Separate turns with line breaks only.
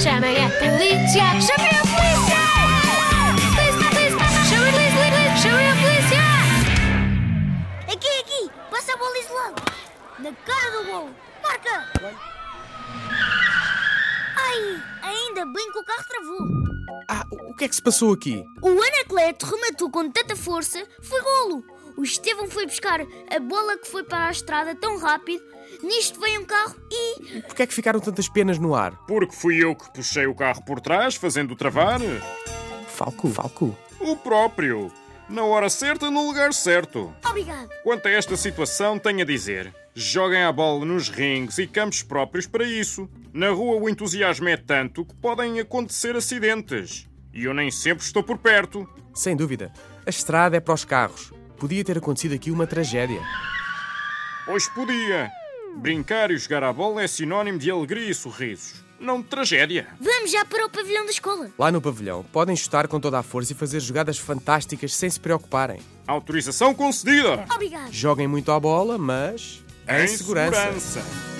Chamei a polícia! Chamei a polícia! Polícia, polícia! Chamei a polícia! Chamei a polícia!
Aqui, aqui! Passa a bola isolada! Na cara do gol! Marca! Ai! Ainda bem que o carro travou!
Ah, o o que é que se passou aqui?
O Anacleto rematou com tanta força, foi golo! O Estevão foi buscar a bola que foi para a estrada tão rápido, nisto veio um carro e.
Porquê é que ficaram tantas penas no ar?
Porque fui eu que puxei o carro por trás, fazendo-o travar.
Falco, Falco.
O próprio. Na hora certa, no lugar certo.
Obrigado!
Quanto a esta situação, tenho a dizer: joguem a bola nos rings e campos próprios para isso. Na rua, o entusiasmo é tanto que podem acontecer acidentes. E eu nem sempre estou por perto.
Sem dúvida. A estrada é para os carros. Podia ter acontecido aqui uma tragédia.
Pois podia. Brincar e jogar à bola é sinónimo de alegria e sorrisos, não de tragédia.
Vamos já para o pavilhão da escola!
Lá no pavilhão, podem chutar com toda a força e fazer jogadas fantásticas sem se preocuparem.
Autorização concedida.
Obrigado!
Joguem muito à bola, mas. em segurança.
segurança.